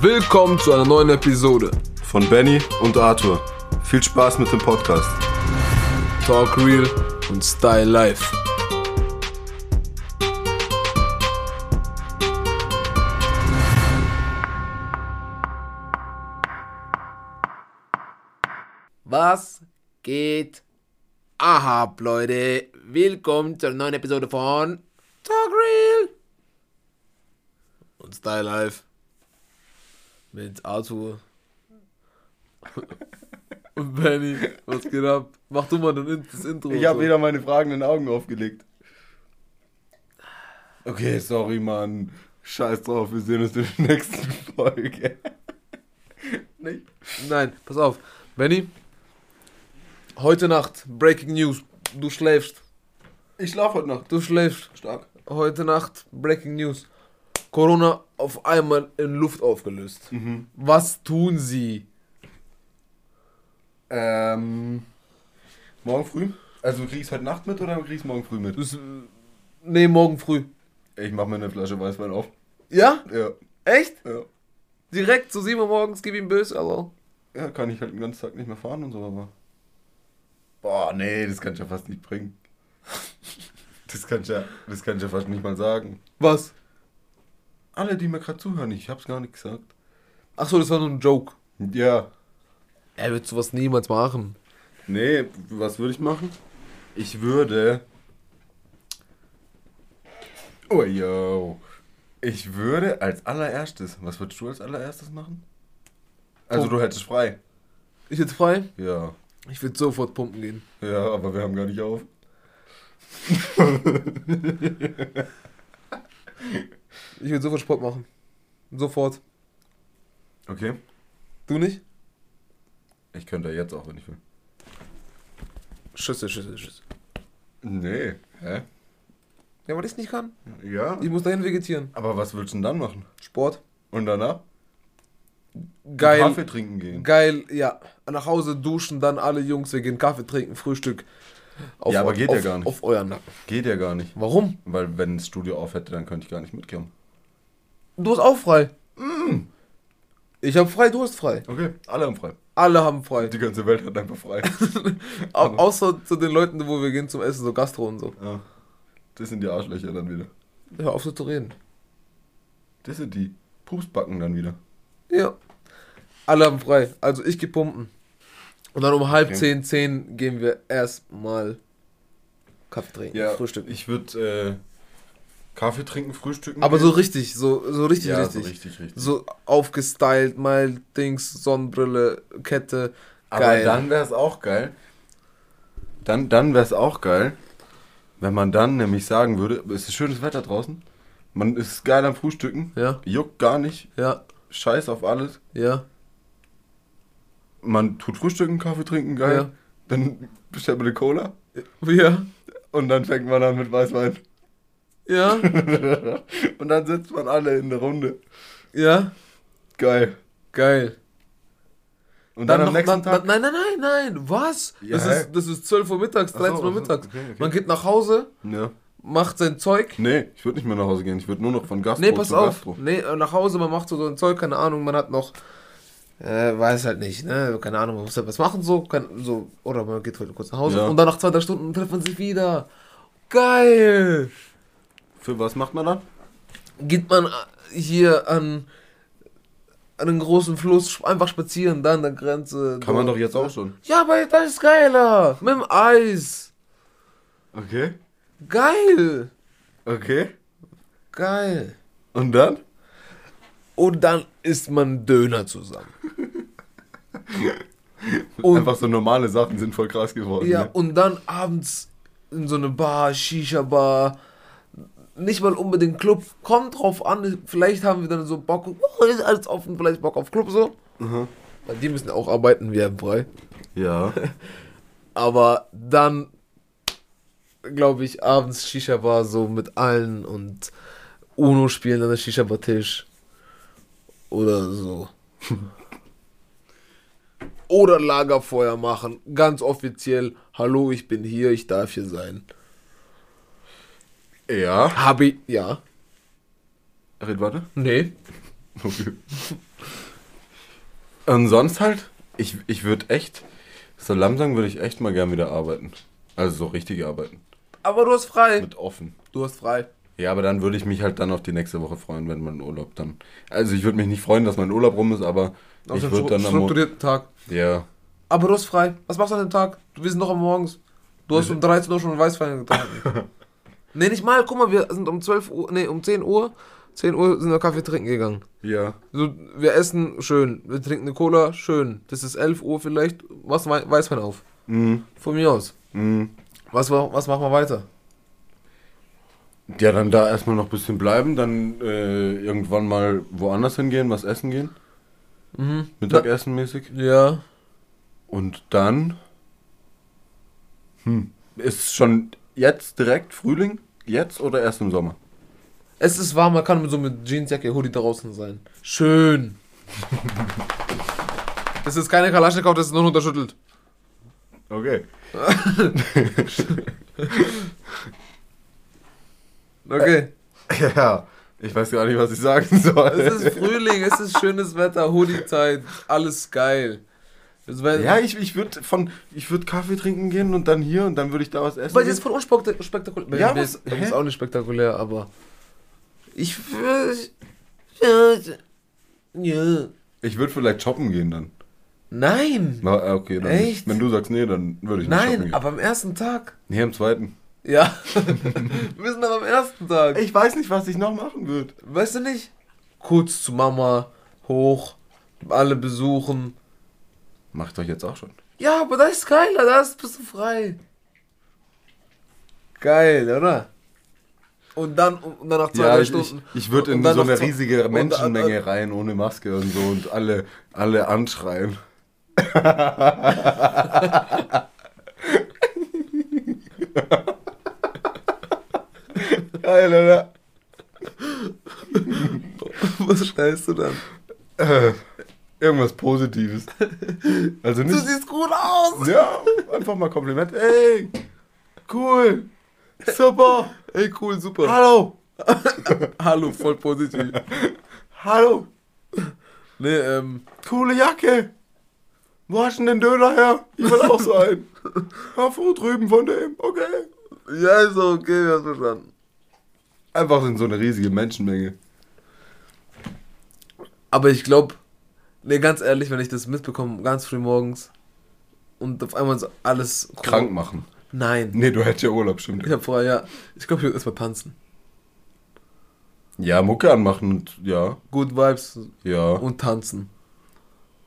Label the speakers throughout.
Speaker 1: Willkommen zu einer neuen Episode
Speaker 2: von Benny und Arthur. Viel Spaß mit dem Podcast.
Speaker 1: Talk Real und Style Life.
Speaker 3: Was geht ab, Leute? Willkommen zur neuen Episode von Talk Real
Speaker 1: und Style Life mit Arthur und Benny. Was geht ab? Mach du mal den- das Intro.
Speaker 2: Ich habe
Speaker 1: So.
Speaker 2: wieder meine fragenden Augen aufgelegt. Okay, sorry, Mann. Scheiß drauf, wir sehen uns in der nächsten Folge. Nicht?
Speaker 1: Nein, pass auf. Benny, heute Nacht, Breaking News. Du schläfst.
Speaker 2: Ich schlafe heute Nacht.
Speaker 1: Du schläfst.
Speaker 2: Stark.
Speaker 1: Heute Nacht, Breaking News. Corona auf einmal in Luft aufgelöst. Was tun sie?
Speaker 2: Ähm, morgen früh? Also du kriegst heute Nacht mit oder du kriegst morgen früh mit?
Speaker 1: Das, nee, morgen früh.
Speaker 2: Ich mach mir eine Flasche Weißwein auf.
Speaker 1: Ja?
Speaker 2: Ja,
Speaker 1: Echt?
Speaker 2: ja.
Speaker 1: Direkt zu 7 Uhr morgens, gib ihm böse, aber.
Speaker 2: Ja, kann ich halt den ganzen Tag nicht mehr fahren und so, aber. Boah, nee, das kann ich ja fast nicht bringen. Das kann ich ja, das kann ich ja fast nicht mal sagen.
Speaker 1: Was?
Speaker 2: Alle, die mir gerade zuhören, ich hab's gar nicht gesagt.
Speaker 1: Achso, das war nur ein Joke.
Speaker 2: Ja.
Speaker 1: Er wird sowas niemals machen.
Speaker 2: Nee, was würde ich machen? Ich würde. Oh, yo. Ich würde als allererstes. Was würdest du als allererstes machen? Also,
Speaker 1: Oh.
Speaker 2: du hättest frei.
Speaker 1: Ich jetzt frei?
Speaker 2: Ja.
Speaker 1: Ich würde sofort pumpen gehen.
Speaker 2: Ja, aber wir haben gar nicht auf.
Speaker 1: Ich würde sofort Sport machen. Sofort.
Speaker 2: Okay.
Speaker 1: Du nicht?
Speaker 2: Ich könnte jetzt auch, wenn ich will.
Speaker 1: Schüsse, Schüsse, Schüsse.
Speaker 2: Nee. Hä?
Speaker 1: Ja, weil ich es nicht kann.
Speaker 2: Ja.
Speaker 1: Ich muss dahin vegetieren.
Speaker 2: Aber was willst du denn dann machen?
Speaker 1: Sport.
Speaker 2: Und danach? Kaffee
Speaker 1: Geil.
Speaker 2: trinken gehen.
Speaker 1: Geil, ja. Nach Hause duschen, dann alle Jungs, wir gehen Kaffee trinken, Frühstück. Auf,
Speaker 2: Ja, aber geht
Speaker 1: auf,
Speaker 2: ja gar nicht.
Speaker 1: Auf euren Nacken.
Speaker 2: Geht ja gar nicht.
Speaker 1: Warum?
Speaker 2: Weil, wenn das Studio auf hätte, dann könnte ich gar nicht mitkommen.
Speaker 1: Du hast auch frei.
Speaker 2: Mm.
Speaker 1: Ich habe frei, du hast frei.
Speaker 2: Okay, alle haben frei.
Speaker 1: Alle haben frei.
Speaker 2: Die ganze Welt hat einfach frei.
Speaker 1: Au außer zu den Leuten, wo wir gehen zum Essen, so Gastro und so.
Speaker 2: ja. Das sind die Arschlöcher dann wieder.
Speaker 1: Hör auf so zu reden.
Speaker 2: Das sind die Pupsbacken dann wieder.
Speaker 1: Ja. Alle haben frei. Also ich geh pumpen. Und dann um halb
Speaker 2: Okay.
Speaker 1: zehn, zehn gehen wir erstmal Kaffee trinken,
Speaker 2: Ja,
Speaker 1: Frühstück.
Speaker 2: Ich würde äh, Kaffee trinken, frühstücken.
Speaker 1: Aber so
Speaker 2: gehen.
Speaker 1: richtig, so, so richtig,
Speaker 2: ja,
Speaker 1: richtig.
Speaker 2: So richtig, richtig.
Speaker 1: So aufgestylt, mal Dings, Sonnenbrille, Kette.
Speaker 2: Aber
Speaker 1: Geil.
Speaker 2: dann wäre es auch geil. Dann, dann wäre es auch geil, wenn man dann nämlich sagen würde, es ist schönes Wetter draußen, man ist geil am Frühstücken,
Speaker 1: Ja.
Speaker 2: juckt gar nicht,
Speaker 1: Ja,
Speaker 2: scheiß auf alles.
Speaker 1: ja.
Speaker 2: Man tut Frühstücken, Kaffee trinken, geil.
Speaker 1: Ja.
Speaker 2: Dann bestellt man eine Cola
Speaker 1: Ja.
Speaker 2: und dann fängt man an mit Weißwein.
Speaker 1: Ja.
Speaker 2: Und dann sitzt man alle in der Runde.
Speaker 1: ja.
Speaker 2: Geil.
Speaker 1: Geil.
Speaker 2: Und dann, am
Speaker 1: noch- dann,
Speaker 2: nächsten Tag.
Speaker 1: Dann, nein, nein, nein, nein. Was?
Speaker 2: Ja,
Speaker 1: das,
Speaker 2: hä?
Speaker 1: ist, das ist 12 Uhr mittags,
Speaker 2: so,
Speaker 1: 13 Uhr
Speaker 2: ach so,
Speaker 1: mittags.
Speaker 2: okay, Hm, okay.
Speaker 1: Man geht nach Hause,
Speaker 2: ja.
Speaker 1: macht sein Zeug.
Speaker 2: Nee, ich würde nicht mehr nach Hause gehen, ich würde nur noch von Gastro
Speaker 1: Nee, pass
Speaker 2: zu
Speaker 1: auf.
Speaker 2: Gastro.
Speaker 1: Nee, äh, nach Hause, man macht so so ein Zeug, keine Ahnung, man hat noch. Äh, weiß halt nicht, ne? Keine Ahnung, man muss halt was machen, so. Kein, so oder man geht halt kurz nach Hause.
Speaker 2: Ja.
Speaker 1: Und dann nach zwei, drei Stunden trifft man sich wieder. Geil!
Speaker 2: Für was macht man dann?
Speaker 1: Geht man äh, hier an. An einen großen Fluss, sch- einfach spazieren, da an der Grenze.
Speaker 2: Kann man
Speaker 1: dort,
Speaker 2: doch jetzt
Speaker 1: ne?
Speaker 2: auch schon.
Speaker 1: Ja, aber das ist geiler! Mit dem Eis!
Speaker 2: Okay.
Speaker 1: Geil!
Speaker 2: Okay.
Speaker 1: Geil!
Speaker 2: Und dann?
Speaker 1: Und dann isst man Döner zusammen. Und-
Speaker 2: Einfach so normale Sachen sind voll krass geworden.
Speaker 1: Ja,
Speaker 2: ne?
Speaker 1: und dann abends in so eine Bar, Shisha-Bar. Nicht mal unbedingt Club. Kommt drauf an, vielleicht haben wir dann so Bock. Oh, ist alles offen, vielleicht Bock auf Club so. Weil die müssen auch arbeiten, wir haben frei.
Speaker 2: Ja.
Speaker 1: Aber dann, glaube ich, abends Shisha-Bar so mit allen und Uno spielen an der Shisha-Bar-Tisch. Oder so. Oder Lagerfeuer machen, ganz offiziell. Hallo, ich bin hier, ich darf hier sein.
Speaker 2: Ja.
Speaker 1: Habe ich. Ja.
Speaker 2: Red, warte.
Speaker 1: Nee.
Speaker 2: Okay. Und sonst halt, ich, ich würde echt, so langsam würde ich echt mal gern wieder arbeiten. Also so richtig arbeiten.
Speaker 1: Aber du hast frei.
Speaker 2: Mit offen.
Speaker 1: Du hast frei.
Speaker 2: Ja, aber dann würde ich mich halt dann auf die nächste Woche freuen, wenn mein Urlaub dann. Also ich würde mich nicht freuen, dass mein Urlaub rum ist, aber
Speaker 1: Auf
Speaker 2: ich
Speaker 1: dem
Speaker 2: würde
Speaker 1: stru-
Speaker 2: dann am Mo-
Speaker 1: strukturierten Tag.
Speaker 2: Ja.
Speaker 1: Aber du hast frei. Was machst du an dem Tag? Du- Wir sind noch am Morgens. Du hast um 13 Uhr schon Weißwein getrunken. nee, nicht mal. Guck mal, wir sind um 12 Uhr, nee, um 10 Uhr. 10 Uhr sind wir Kaffee trinken gegangen.
Speaker 2: Ja.
Speaker 1: So, wir essen, schön. Wir trinken eine Cola, schön. Das ist 11 Uhr vielleicht. Was Wei- Weißwein auf?
Speaker 2: Mhm.
Speaker 1: Von mir aus.
Speaker 2: Mhm.
Speaker 1: Was, wa- was machen wir weiter?
Speaker 2: Ja, dann da erstmal noch ein bisschen bleiben, dann äh, irgendwann mal woanders hingehen, was essen gehen.
Speaker 1: Mhm.
Speaker 2: Mittagessen mäßig.
Speaker 1: Ja.
Speaker 2: Und dann. Hm. Ist schon jetzt direkt Frühling? Jetzt oder erst im Sommer?
Speaker 1: Es ist warm, man kann mit so mit Jeansjacke, Hoodie draußen sein. Schön. Das ist keine Kalaschnikow, das ist nur unterschüttelt.
Speaker 2: Okay.
Speaker 1: Okay.
Speaker 2: Ja. Ich weiß gar nicht, was ich sagen soll.
Speaker 1: Es ist Frühling, es ist schönes Wetter, Hoodie-Zeit, alles geil. Das wär,
Speaker 2: Ja,
Speaker 1: ja,
Speaker 2: ich, ich würde von ich würde Kaffee trinken gehen und dann hier und dann würde ich da was essen.
Speaker 1: weil das
Speaker 2: gehen.
Speaker 1: ist voll unspektakulär.
Speaker 2: Ja,
Speaker 1: Ja,
Speaker 2: was-
Speaker 1: das ist
Speaker 2: hä?
Speaker 1: auch nicht spektakulär, aber. Ich. Ja.
Speaker 2: Ich würde vielleicht shoppen gehen dann.
Speaker 1: Nein!
Speaker 2: Na, ah, okay, dann
Speaker 1: Echt?
Speaker 2: wenn du sagst nee, dann würde ich nicht shoppen
Speaker 1: Nein,
Speaker 2: gehen.
Speaker 1: aber am ersten Tag.
Speaker 2: nee, am zweiten.
Speaker 1: Ja. Wir sind aber am ersten Tag.
Speaker 2: Ich weiß nicht, was ich noch machen würde.
Speaker 1: Weißt du nicht? Kurz zu Mama, hoch, alle besuchen.
Speaker 2: Macht euch jetzt auch schon.
Speaker 1: Ja, aber da ist geiler, da ist, bist du frei. Geil, oder? Und dann, und dann nach zwei,
Speaker 2: Ja,
Speaker 1: drei
Speaker 2: ich, ich,
Speaker 1: Stunden.
Speaker 2: ich würde in
Speaker 1: und dann
Speaker 2: so
Speaker 1: nach
Speaker 2: eine
Speaker 1: zwei-
Speaker 2: riesige
Speaker 1: und-
Speaker 2: Menschenmenge rein ohne Maske und so und alle alle anschreien. Geil, oder?
Speaker 1: Was schreist du dann?
Speaker 2: Äh, irgendwas Positives. Also
Speaker 1: Du
Speaker 2: nicht.
Speaker 1: siehst gut aus!
Speaker 2: Ja, einfach mal Kompliment. Ey, cool, super.
Speaker 1: Ey, cool, super.
Speaker 2: Hallo,
Speaker 1: Hallo, voll positiv.
Speaker 2: hallo,
Speaker 1: Nee, ähm,
Speaker 2: coole Jacke. Wo hast du denn den Döner her? Ich will auch sein. Ja, vor drüben von dem, okay.
Speaker 1: ja, ist doch okay, wir haben verstanden.
Speaker 2: Einfach in so eine riesige Menschenmenge.
Speaker 1: Aber ich glaube, nee, ganz ehrlich, wenn ich das mitbekomme, ganz früh morgens und auf einmal so alles
Speaker 2: Krank machen.
Speaker 1: Nein.
Speaker 2: Nee, du hättest ja Urlaub, stimmt.
Speaker 1: Ich
Speaker 2: Ja,
Speaker 1: hab vorher, ja. Ich glaube, ich würde erstmal tanzen.
Speaker 2: Mucke anmachen und ja,
Speaker 1: Good Vibes
Speaker 2: ja,
Speaker 1: und tanzen.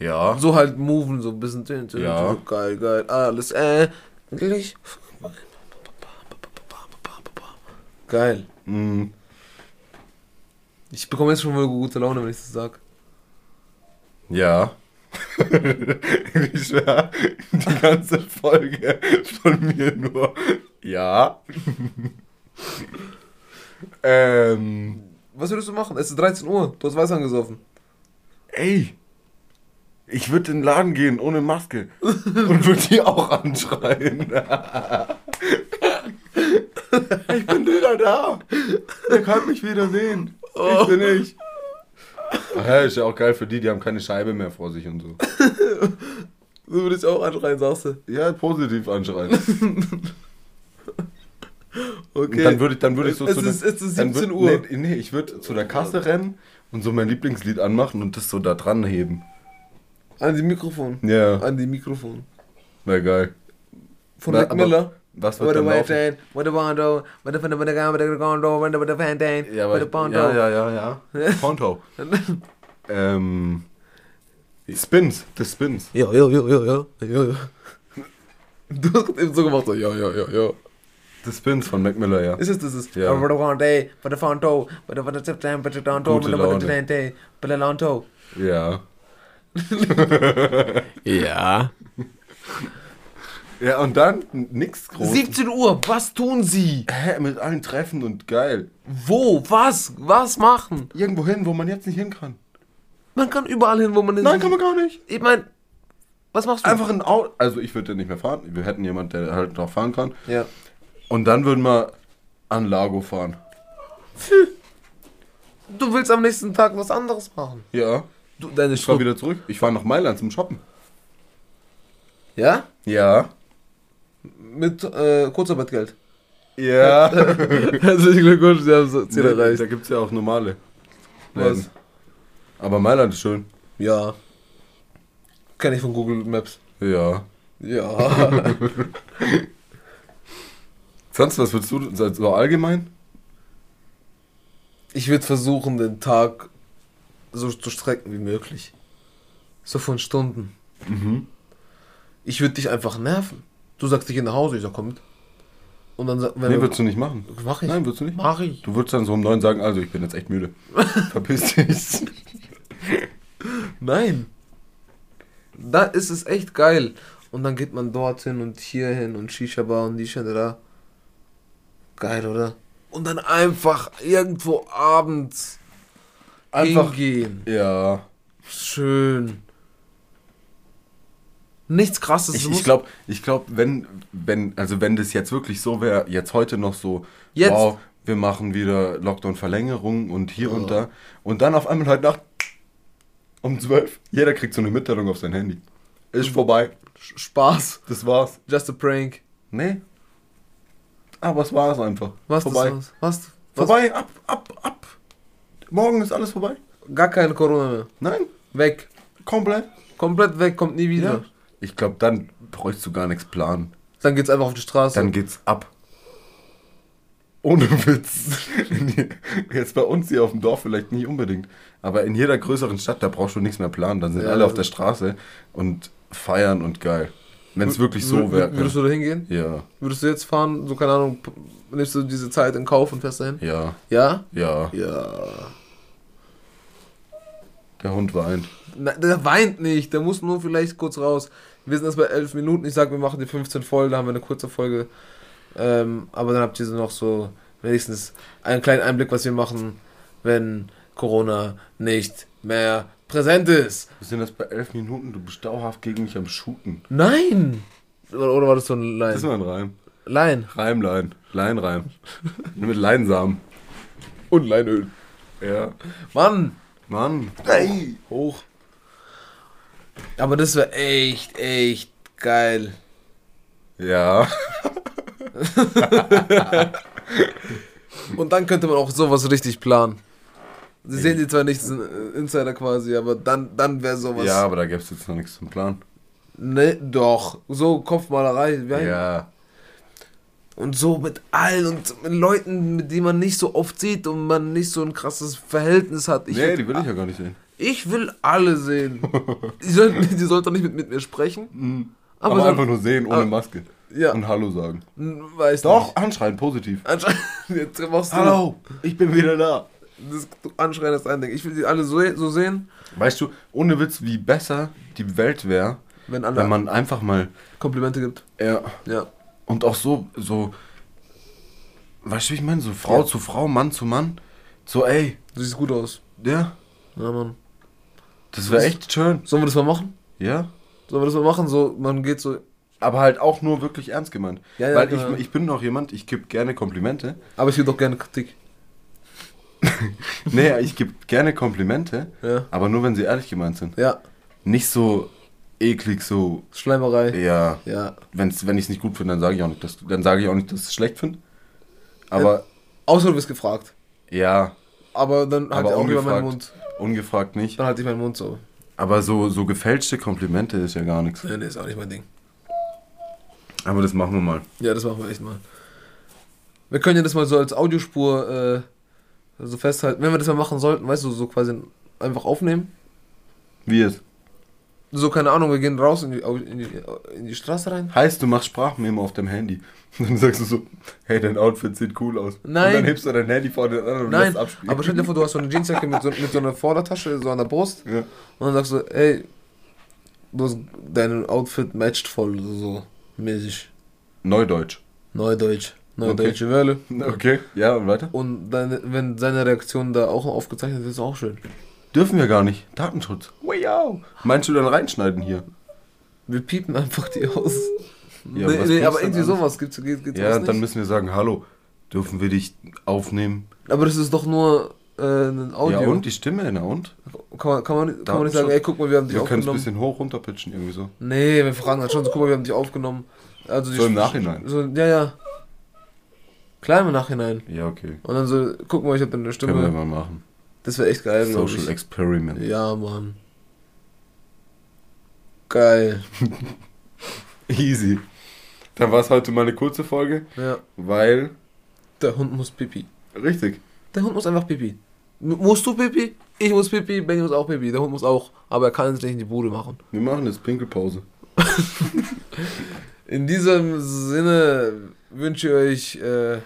Speaker 2: ja.
Speaker 1: So halt moven, so ein bisschen. tün, tün,
Speaker 2: Ja.
Speaker 1: tün, Geil, geil. Alles, äh. Gleich. Geil.
Speaker 2: Mm,
Speaker 1: Ich bekomme jetzt schon mal gute Laune, wenn ich das sag.
Speaker 2: Ja. ich war die ganze Folge von mir nur. Ja. ähm.
Speaker 1: Was würdest du machen? Es ist 13 Uhr. Du hast Weißwein gesoffen.
Speaker 2: Ey. Ich würde in den Laden gehen ohne Maske. Und würde die auch anschreien. ich bin wieder da. Ihr könnt mich wieder sehen.
Speaker 1: Oh.
Speaker 2: Ich bin ich. Ach ja, ist ja auch geil für die, die haben keine Scheibe mehr vor sich und so.
Speaker 1: Du würdest auch anschreien, sagst du.
Speaker 2: Ja, positiv anschreien.
Speaker 1: Okay.
Speaker 2: Und dann würde ich, dann würde ich so
Speaker 1: Es
Speaker 2: zu
Speaker 1: ist- es ist
Speaker 2: dann
Speaker 1: 17 Uhr.
Speaker 2: Nee, nee ich würde zu der Kasse rennen und so mein Lieblingslied anmachen und das so da dran heben.
Speaker 1: An die Mikrofon.
Speaker 2: Ja,
Speaker 1: An die Mikrofon.
Speaker 2: wär geil.
Speaker 1: Von
Speaker 2: Na,
Speaker 1: Mac
Speaker 2: aber
Speaker 1: Miller.
Speaker 2: Was wird
Speaker 1: What a
Speaker 2: dann
Speaker 1: white
Speaker 2: laufen?
Speaker 1: train, what a bondo, what a fender, what a gun, what a gondo, what a- what a fan train,
Speaker 2: Ja,
Speaker 1: what
Speaker 2: aber,
Speaker 1: a bondo.
Speaker 2: ja, ja, ja, ja. Ponto. ähm, Spins, The Spins.
Speaker 1: Ja, ja, ja, ja, ja, ja, ja. Du hast grad eben so gemacht, so, ja, ja, ja, ja.
Speaker 2: The Spins von Mac Miller, ja.
Speaker 1: Ist es das? Ist.
Speaker 2: Ja.
Speaker 1: What a one day, what a fun toe, what a what a tip time, what a down toe,
Speaker 2: Gute
Speaker 1: what a what a
Speaker 2: Laune.
Speaker 1: train day, what a long toe.
Speaker 2: Ja.
Speaker 3: Ja.
Speaker 2: Ja, und dann nix groß.
Speaker 1: 17 Uhr, was tun sie?
Speaker 2: Hä, mit allen Treffen und geil.
Speaker 1: Wo? Was? Was machen?
Speaker 2: Irgendwo hin, wo man jetzt nicht hin kann.
Speaker 1: Man kann überall hin, wo man hin
Speaker 2: Nein, kann man gar nicht.
Speaker 1: Ich mein, was machst du?
Speaker 2: Einfach ein Auto. Also ich würde nicht mehr fahren. Wir hätten jemanden, der halt noch fahren kann.
Speaker 1: Ja.
Speaker 2: Und dann würden wir an Lago fahren.
Speaker 1: Du willst am nächsten Tag was anderes machen.
Speaker 2: Ja.
Speaker 1: Du, deine
Speaker 2: Ich fahr
Speaker 1: Schritte.
Speaker 2: wieder zurück. Ich fahre nach Mailand zum Shoppen.
Speaker 1: Ja?
Speaker 2: Ja.
Speaker 1: Mit äh, Kurzarbeitgeld.
Speaker 2: Ja.
Speaker 1: Herzlichen Glückwunsch, Sie haben das Ziel
Speaker 2: da
Speaker 1: erreicht.
Speaker 2: da gibt es ja auch normale.
Speaker 1: Was?
Speaker 2: Läden. Aber Mailand ist schön.
Speaker 1: Ja. Kenn ich von Google Maps.
Speaker 2: Ja.
Speaker 1: Ja.
Speaker 2: Sonst, was würdest du so allgemein?
Speaker 1: ich würde versuchen, den Tag so zu strecken wie möglich. So von Stunden.
Speaker 2: Mhm.
Speaker 1: Ich würde dich einfach nerven. Du sagst, ich gehe nach Hause, ich sag, komm mit. Und dann sag, wenn
Speaker 2: Nee,
Speaker 1: du,
Speaker 2: würdest du nicht machen.
Speaker 1: mach Äh, ich.
Speaker 2: Nein, würdest du nicht machen.
Speaker 1: mach ich.
Speaker 2: Du würdest dann so um neun sagen, also ich bin jetzt echt müde. Verpiss dich.
Speaker 1: Nein. Da ist es echt geil. Und dann geht man dorthin und hierhin und Shisha-Bar und die da. Geil, oder? Und dann einfach irgendwo abends
Speaker 2: Einfach-
Speaker 1: hingehen.
Speaker 2: Ja.
Speaker 1: Schön. Nichts krasses.
Speaker 2: Ich,
Speaker 1: du
Speaker 2: ich
Speaker 1: musst-
Speaker 2: glaube, ich glaub, wenn, wenn, also wenn das jetzt wirklich so wäre, jetzt heute noch so,
Speaker 1: Jetzt.
Speaker 2: wow, wir machen wieder Lockdown-Verlängerung und hier
Speaker 1: Oh.
Speaker 2: und da. Und dann auf einmal heute Nacht um 12, jeder kriegt so eine Mitteilung auf sein Handy.
Speaker 1: Mhm.
Speaker 2: Ist vorbei,
Speaker 1: Sch- Spaß.
Speaker 2: das war's.
Speaker 1: Just a prank.
Speaker 2: Nee. Aber es war's einfach.
Speaker 1: Was
Speaker 2: vorbei.
Speaker 1: das? Was? was?
Speaker 2: Vorbei, ab, ab, ab. Morgen ist alles vorbei.
Speaker 1: Gar kein Corona mehr.
Speaker 2: Nein,
Speaker 1: Weg.
Speaker 2: komplett.
Speaker 1: Komplett weg, kommt nie wieder.
Speaker 2: Ja. Ich glaube, dann bräuchst du gar nichts planen.
Speaker 1: Dann geht's einfach auf die Straße.
Speaker 2: Dann geht's ab. Ohne Witz. Jetzt bei uns hier auf dem Dorf vielleicht nicht unbedingt. Aber in jeder größeren Stadt, da brauchst du nichts mehr planen. Dann sind
Speaker 1: Ja,
Speaker 2: alle auf
Speaker 1: also-
Speaker 2: der Straße und feiern und geil. Wenn es wirklich so
Speaker 1: Wür- wür- Würdest du
Speaker 2: wäre.
Speaker 1: da hingehen?
Speaker 2: Ja,
Speaker 1: Würdest du jetzt fahren, so keine Ahnung, p- nimmst du diese Zeit in Kauf und fährst dahin?
Speaker 2: ja,
Speaker 1: Ja?
Speaker 2: ja.
Speaker 1: Ja.
Speaker 2: Der Hund weint.
Speaker 1: Na, der weint nicht, der muss nur vielleicht kurz raus. Wir sind erst bei 11 Minuten, ich sag, wir machen die 15 voll, da haben wir eine kurze Folge. Ähm, aber dann habt ihr so noch so wenigstens einen kleinen Einblick, was wir machen, wenn Corona nicht mehr präsent ist.
Speaker 2: Wir sind jetzt bei elf Minuten. Du bist dauerhaft gegen mich am Shooten.
Speaker 1: Nein! Oder, oder war das so ein
Speaker 2: Das ist
Speaker 1: Lein?
Speaker 2: mal ein Reim.
Speaker 1: Lein.
Speaker 2: Reimlein. Leinreim. Mit Leinsamen.
Speaker 1: Und Leinöl.
Speaker 2: Ja.
Speaker 1: Mann!
Speaker 2: Mann.
Speaker 1: Ey.
Speaker 2: Hoch.
Speaker 1: Aber das wäre echt, echt geil.
Speaker 2: Ja.
Speaker 1: Und dann könnte man auch sowas richtig planen. Sie sehen die zwar nicht, das ist ein Insider quasi, aber dann, dann wäre sowas.
Speaker 2: Ja, aber da gäbe es jetzt noch nichts zum Plan.
Speaker 1: Ne, doch. So Kopfmalerei. wir-
Speaker 2: Ja.
Speaker 1: Und so mit allen und mit Leuten, mit denen man nicht so oft sieht und man nicht so ein krasses Verhältnis hat. Ich,
Speaker 2: nee,
Speaker 1: will,
Speaker 2: die will ich ja gar nicht sehen.
Speaker 1: ich will alle sehen. die sollten die sollten nicht mit, mit mir sprechen.
Speaker 2: Mhm. Aber,
Speaker 1: so-
Speaker 2: einfach nur sehen, ohne
Speaker 1: aber-
Speaker 2: Maske.
Speaker 1: Ja,
Speaker 2: Und Hallo sagen.
Speaker 1: n- weiß
Speaker 2: Doch,
Speaker 1: nicht.
Speaker 2: anschreien, positiv.
Speaker 1: Anscheinend, jetzt machst du
Speaker 2: ich bin wieder da.
Speaker 1: das Anschreien ist ein Ding. Ich will die alle so, so sehen,
Speaker 2: Weißt du, ohne Witz, wie besser die Welt wäre,
Speaker 1: wenn alle
Speaker 2: wenn man einfach mal.
Speaker 1: Komplimente gibt.
Speaker 2: Ja.
Speaker 1: Ja.
Speaker 2: Und auch so, so. Weißt du, wie ich meine? So Frau
Speaker 1: Ja.
Speaker 2: zu Frau, Mann zu Mann. So, ey,
Speaker 1: Du siehst gut aus.
Speaker 2: ja,
Speaker 1: Ja, Mann.
Speaker 2: das wäre
Speaker 1: Das-
Speaker 2: echt schön.
Speaker 1: Sollen wir das mal machen?
Speaker 2: Ja.
Speaker 1: Sollen wir das mal machen? So, man geht so.
Speaker 2: Aber halt auch nur wirklich ernst gemeint.
Speaker 1: Ja, ja,
Speaker 2: Weil
Speaker 1: genau.
Speaker 2: ich, ich bin noch jemand, ich gebe gerne Komplimente.
Speaker 1: Aber ich gebe doch gerne Kritik.
Speaker 2: Nee, ich gebe gerne Komplimente,
Speaker 1: Ja.
Speaker 2: aber nur wenn sie ehrlich gemeint sind.
Speaker 1: Ja.
Speaker 2: Nicht so eklig, so,
Speaker 1: Schleimerei.
Speaker 2: ja,
Speaker 1: Ja.
Speaker 2: wenn's, wenn ich es nicht gut finde, dann sage ich auch nicht, dass, dann sage ich auch nicht, dass ich es schlecht finde. Aber
Speaker 1: Außer du wirst gefragt.
Speaker 2: ja,
Speaker 1: Aber dann halt
Speaker 2: Aber
Speaker 1: auch lieber
Speaker 2: ungefragt.
Speaker 1: meinen Mund.
Speaker 2: ungefragt nicht.
Speaker 1: Dann halte ich meinen Mund so.
Speaker 2: Aber so, so gefälschte Komplimente ist ja gar nichts.
Speaker 1: Nee, nee, ist auch nicht mein Ding.
Speaker 2: Aber das machen wir mal.
Speaker 1: Ja, das machen wir echt mal. Wir können ja das mal so als Audiospur äh, so festhalten. Wenn wir das mal machen sollten, weißt du, so quasi einfach aufnehmen.
Speaker 2: Wie es?
Speaker 1: So, keine Ahnung, wir gehen raus in die, in die, in die Straße rein.
Speaker 2: Heißt, du machst Sprachmemo auf dem Handy. Und dann sagst du so, hey, dein Outfit sieht cool aus. Und
Speaker 1: Nein.
Speaker 2: dann hebst du dein Handy vor den anderen und
Speaker 1: Nein,
Speaker 2: lässt abspielen.
Speaker 1: aber stell dir vor, du hast so eine Jeansjacke mit so, mit so einer Vordertasche, so an der Brust.
Speaker 2: ja.
Speaker 1: Und dann sagst du, ey, du hast, dein Outfit matcht voll so mäßig.
Speaker 2: Neudeutsch.
Speaker 1: Neudeutsch. Neudeutsche Welle.
Speaker 2: Okay. Ja, und weiter?
Speaker 1: Und deine, wenn seine Reaktion da auch aufgezeichnet ist, ist auch schön.
Speaker 2: Dürfen wir gar nicht. Datenschutz. Wow. Meinst du dann reinschneiden hier?
Speaker 1: Wir piepen einfach die aus.
Speaker 2: Ja,
Speaker 1: nee,
Speaker 2: was
Speaker 1: nee,
Speaker 2: bringt's
Speaker 1: aber
Speaker 2: denn
Speaker 1: irgendwie
Speaker 2: an?
Speaker 1: sowas gibt's, geht, geht's
Speaker 2: Ja,
Speaker 1: sowas
Speaker 2: dann
Speaker 1: nicht?
Speaker 2: müssen wir sagen, hallo, dürfen wir dich aufnehmen?
Speaker 1: Aber das ist doch nur äh, ein Audio.
Speaker 2: Ja und, die Stimme, na und?
Speaker 1: Kann man, kann man, kann man nicht
Speaker 2: Datenschutz.
Speaker 1: sagen, ey, guck mal, wir haben dich
Speaker 2: Wir können es ein
Speaker 1: aufgenommen.
Speaker 2: bisschen hoch runterpitchen, irgendwie so.
Speaker 1: Nee, wir fragen halt schon so, guck mal, wir haben dich aufgenommen. Also die
Speaker 2: So im
Speaker 1: Sch-
Speaker 2: Nachhinein?
Speaker 1: So, ja, ja. Klar im Nachhinein.
Speaker 2: Ja, okay.
Speaker 1: Und dann so, guck mal, ich hab eine
Speaker 2: Können wir
Speaker 1: Stimme.
Speaker 2: mal machen.
Speaker 1: Das wäre echt geil, glaub
Speaker 2: Social
Speaker 1: Also, ich.
Speaker 2: Experiment.
Speaker 1: Ja, Mann. Geil.
Speaker 2: Easy. Dann war es heute mal eine kurze Folge,
Speaker 1: Ja.
Speaker 2: weil.
Speaker 1: Der Hund muss pipi.
Speaker 2: Richtig.
Speaker 1: Der Hund muss einfach pipi. M musst du pipi? Ich muss pipi, Benny muss auch pipi. Der Hund muss auch, aber er kann es nicht in die Bude machen.
Speaker 2: Wir machen jetzt Pinkelpause.
Speaker 1: In diesem Sinne wünsche ich euch äh,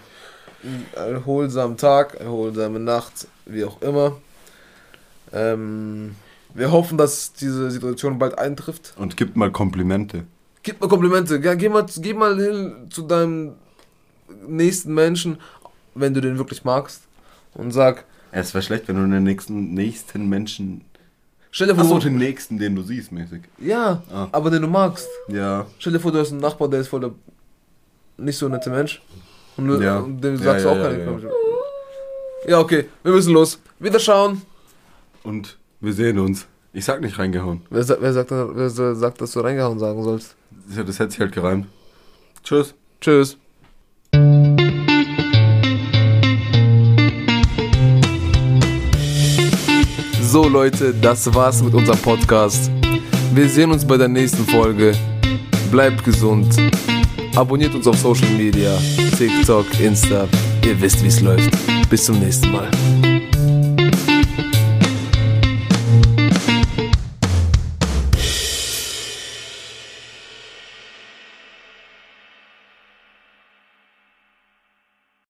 Speaker 1: einen erholsamen Tag, erholsame Nacht, wie auch immer. Ähm, wir hoffen, dass diese Situation bald eintrifft.
Speaker 2: Und gibt mal Komplimente.
Speaker 1: Gib mal Komplimente. Ja, geh, mal, geh mal hin zu deinem nächsten Menschen, wenn du den wirklich magst, und sag,
Speaker 2: Es wäre schlecht, wenn du den nächsten, nächsten Menschen.
Speaker 1: stell dir vor,
Speaker 2: Achso,
Speaker 1: du,
Speaker 2: den nächsten, den du siehst, mäßig.
Speaker 1: ja,
Speaker 2: Ah.
Speaker 1: aber den du magst.
Speaker 2: Ja.
Speaker 1: Stell dir vor, du hast einen Nachbar, der ist voll der nicht so nette Mensch. Und, du,
Speaker 2: Ja.
Speaker 1: und dem
Speaker 2: Ja,
Speaker 1: sagst
Speaker 2: ja,
Speaker 1: du auch
Speaker 2: ja,
Speaker 1: keine
Speaker 2: ja.
Speaker 1: Komplimente. Ja, okay, wir müssen los. Wieder schauen.
Speaker 2: Und wir sehen uns. Ich sag nicht reingehauen.
Speaker 1: Wer, sa- wer, sagt, denn- wer sa- sagt, dass du reingehauen sagen sollst?
Speaker 2: Ja, Das hätte sich halt gereimt. Tschüss.
Speaker 1: Tschüss. So Leute, das war's mit unserem Podcast. Wir sehen uns bei der nächsten Folge. Bleibt gesund. Abonniert uns auf Social Media, TikTok, Insta. Ihr wisst, wie's läuft. Bis zum nächsten Mal.